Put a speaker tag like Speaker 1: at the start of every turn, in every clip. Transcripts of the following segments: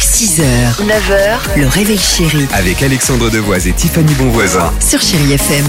Speaker 1: 6h, 9h, le réveil chéri
Speaker 2: Avec Alexandre Devoise et Tiffany Bonvoisin.
Speaker 1: sur Chéri FM.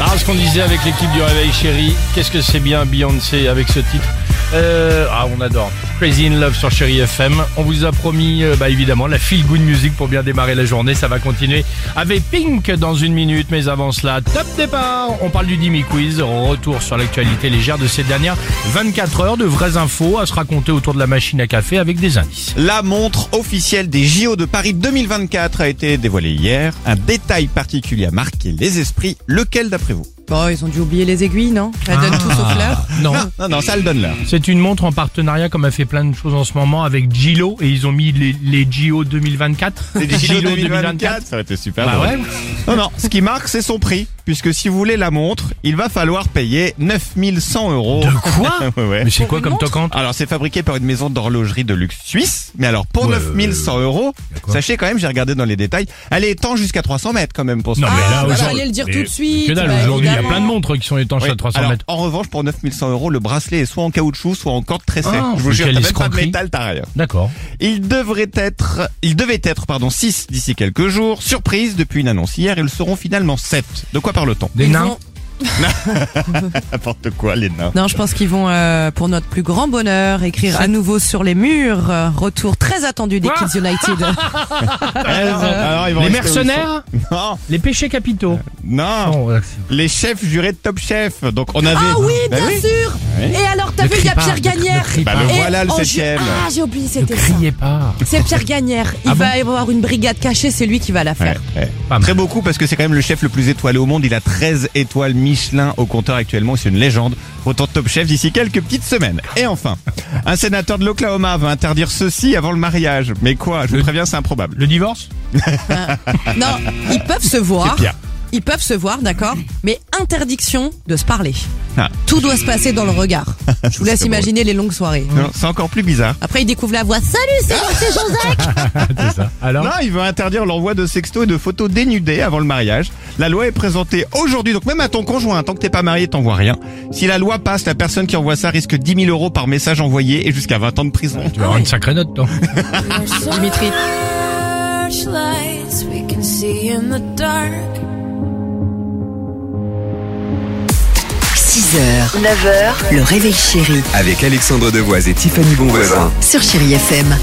Speaker 3: Ah, ce qu'on disait avec l'équipe du Réveil Chéri, qu'est-ce que c'est bien Beyoncé avec ce titre Euh, Ah, on adore. Crazy in Love sur Chéri FM. On vous a promis, euh, bah, évidemment, la feel good music pour bien démarrer la journée. Ça va continuer avec Pink dans une minute. Mais avant cela, top départ. On parle du Dimi Quiz. Retour sur l'actualité légère de ces dernières 24 heures de vraies infos à se raconter autour de la machine à café avec des indices.
Speaker 4: La montre officielle des JO de Paris 2024 a été dévoilée hier. Un détail particulier a marqué les esprits. Lequel d'après vous
Speaker 5: Bon, ils ont dû oublier les aiguilles, non Ça donne tout sauf l'heure.
Speaker 3: Non.
Speaker 4: Ah, Non, non, ça le donne là.
Speaker 3: C'est une montre en partenariat, comme elle fait plein de choses en ce moment, avec Gilo, et ils ont mis les, les JO 2024.
Speaker 4: Les JO 2024, ça aurait été super.
Speaker 3: Bah
Speaker 4: drôle.
Speaker 3: ouais.
Speaker 4: Non, non, ce qui marque, c'est son prix. Puisque si vous voulez la montre, il va falloir payer 9100 euros.
Speaker 3: De quoi
Speaker 4: Ah Ouais, ouais.
Speaker 3: Mais c'est quoi
Speaker 5: une
Speaker 3: comme
Speaker 5: montre
Speaker 3: tocante
Speaker 4: Alors, c'est fabriqué par une maison d'horlogerie de luxe suisse. Mais alors, pour
Speaker 3: Ouais,
Speaker 4: 9100 euros,
Speaker 3: d'accord.
Speaker 4: sachez quand même, j'ai regardé dans les détails, elle est étanche jusqu'à 300 mètres quand même pour ce
Speaker 3: Non, mais
Speaker 4: prix.
Speaker 3: là,
Speaker 5: bah,
Speaker 3: aujourd'hui-
Speaker 5: fallait le dire
Speaker 3: mais-
Speaker 5: tout de suite,
Speaker 3: Que dalle,
Speaker 5: bah,
Speaker 3: aujourd'hui, il y a
Speaker 5: évidemment.
Speaker 3: plein de montres qui sont étanches
Speaker 4: Oui.
Speaker 3: à 300
Speaker 4: Alors,
Speaker 3: mètres.
Speaker 4: En revanche, pour 9100 euros, le bracelet est soit en caoutchouc, soit en corde tressée.
Speaker 3: Ah,
Speaker 4: Je vous jure,
Speaker 3: quelle
Speaker 4: t'as même pas de
Speaker 3: escroquerie.
Speaker 4: métal, t'as rien.
Speaker 3: D'accord.
Speaker 4: Il devrait être, il devait être, pardon, 6 d'ici quelques jours. Surprise, depuis une annonce hier, ils seront finalement 7. De quoi parle-t-on?
Speaker 3: Des
Speaker 5: Ils
Speaker 3: nains
Speaker 5: vont-
Speaker 4: N'importe quoi, les nains.
Speaker 5: Non, je pense qu'ils vont, euh, pour notre plus grand bonheur, écrire à nouveau sur les murs. euh, Retour très attendu des
Speaker 3: Ah
Speaker 5: Kids United.
Speaker 4: Ah, Alors, ils vont
Speaker 3: Les
Speaker 4: rester où ils sont.
Speaker 3: mercenaires
Speaker 4: Non,
Speaker 3: Les péchés capitaux
Speaker 4: non.
Speaker 3: Non, euh,
Speaker 4: Les chefs jurés de Top Chef. Donc, on avait.
Speaker 5: Ah oui,
Speaker 4: Bah
Speaker 5: bien
Speaker 4: oui.
Speaker 5: sûr
Speaker 4: Ouais.
Speaker 5: Et alors, t'as
Speaker 3: Ne
Speaker 5: vu, il y a
Speaker 3: crie pas,
Speaker 5: Pierre
Speaker 3: ne-
Speaker 5: Gagnère Eh,
Speaker 3: ne crie pas.
Speaker 4: Bah, le
Speaker 5: Et
Speaker 4: voilà, le
Speaker 5: en ju-
Speaker 4: septième.
Speaker 5: Ah, j'ai oublié,
Speaker 3: Ne
Speaker 5: c'était ça.
Speaker 3: criez pas
Speaker 5: C'est Pierre Gagnère. Il
Speaker 3: Ah
Speaker 5: va y avoir une brigade cachée, c'est lui qui va la
Speaker 4: Ouais,
Speaker 5: faire.
Speaker 4: ouais.
Speaker 3: Pas mal.
Speaker 4: Très beaucoup parce que c'est quand même le chef le plus étoilé au monde. Il a 13 étoiles Michelin au compteur actuellement. C'est une légende. Autant de top chef d'ici quelques petites semaines. Et enfin, un sénateur de l'Oklahoma va interdire ceci avant le mariage. Mais quoi Je vous préviens, c'est improbable.
Speaker 3: Le divorce
Speaker 5: Non, ils peuvent se voir.
Speaker 4: C'est pire.
Speaker 5: Ils peuvent se voir, d'accord Mais interdiction de se parler.
Speaker 4: Ah.
Speaker 5: Tout doit se passer dans le regard. Je vous laisse
Speaker 4: C'est
Speaker 5: imaginer les longues soirées.
Speaker 4: Non, Ah C'est encore plus bizarre.
Speaker 5: Après, il découvre la voix. Salut, c'est moi, c'est Jean-Jacques
Speaker 3: C'est ça. Alors
Speaker 4: Non, il veut interdire l'envoi de sextos et de photos dénudées avant le mariage. La loi est présentée aujourd'hui, donc même à ton conjoint, tant que t'es pas marié, t'envoies rien. Si la loi passe, la personne qui envoie ça risque 10 000 euros par message envoyé et jusqu'à 20 ans de prison.
Speaker 3: Tu vas avoir une sacrée note, toi.
Speaker 5: Dimitri.
Speaker 6: Searchlights we can see in the dark.
Speaker 1: 6h, 9h, le réveil chéri
Speaker 2: Avec Alexandre Devoise et Tiffany Bonvoisin.
Speaker 1: sur Chéri FM.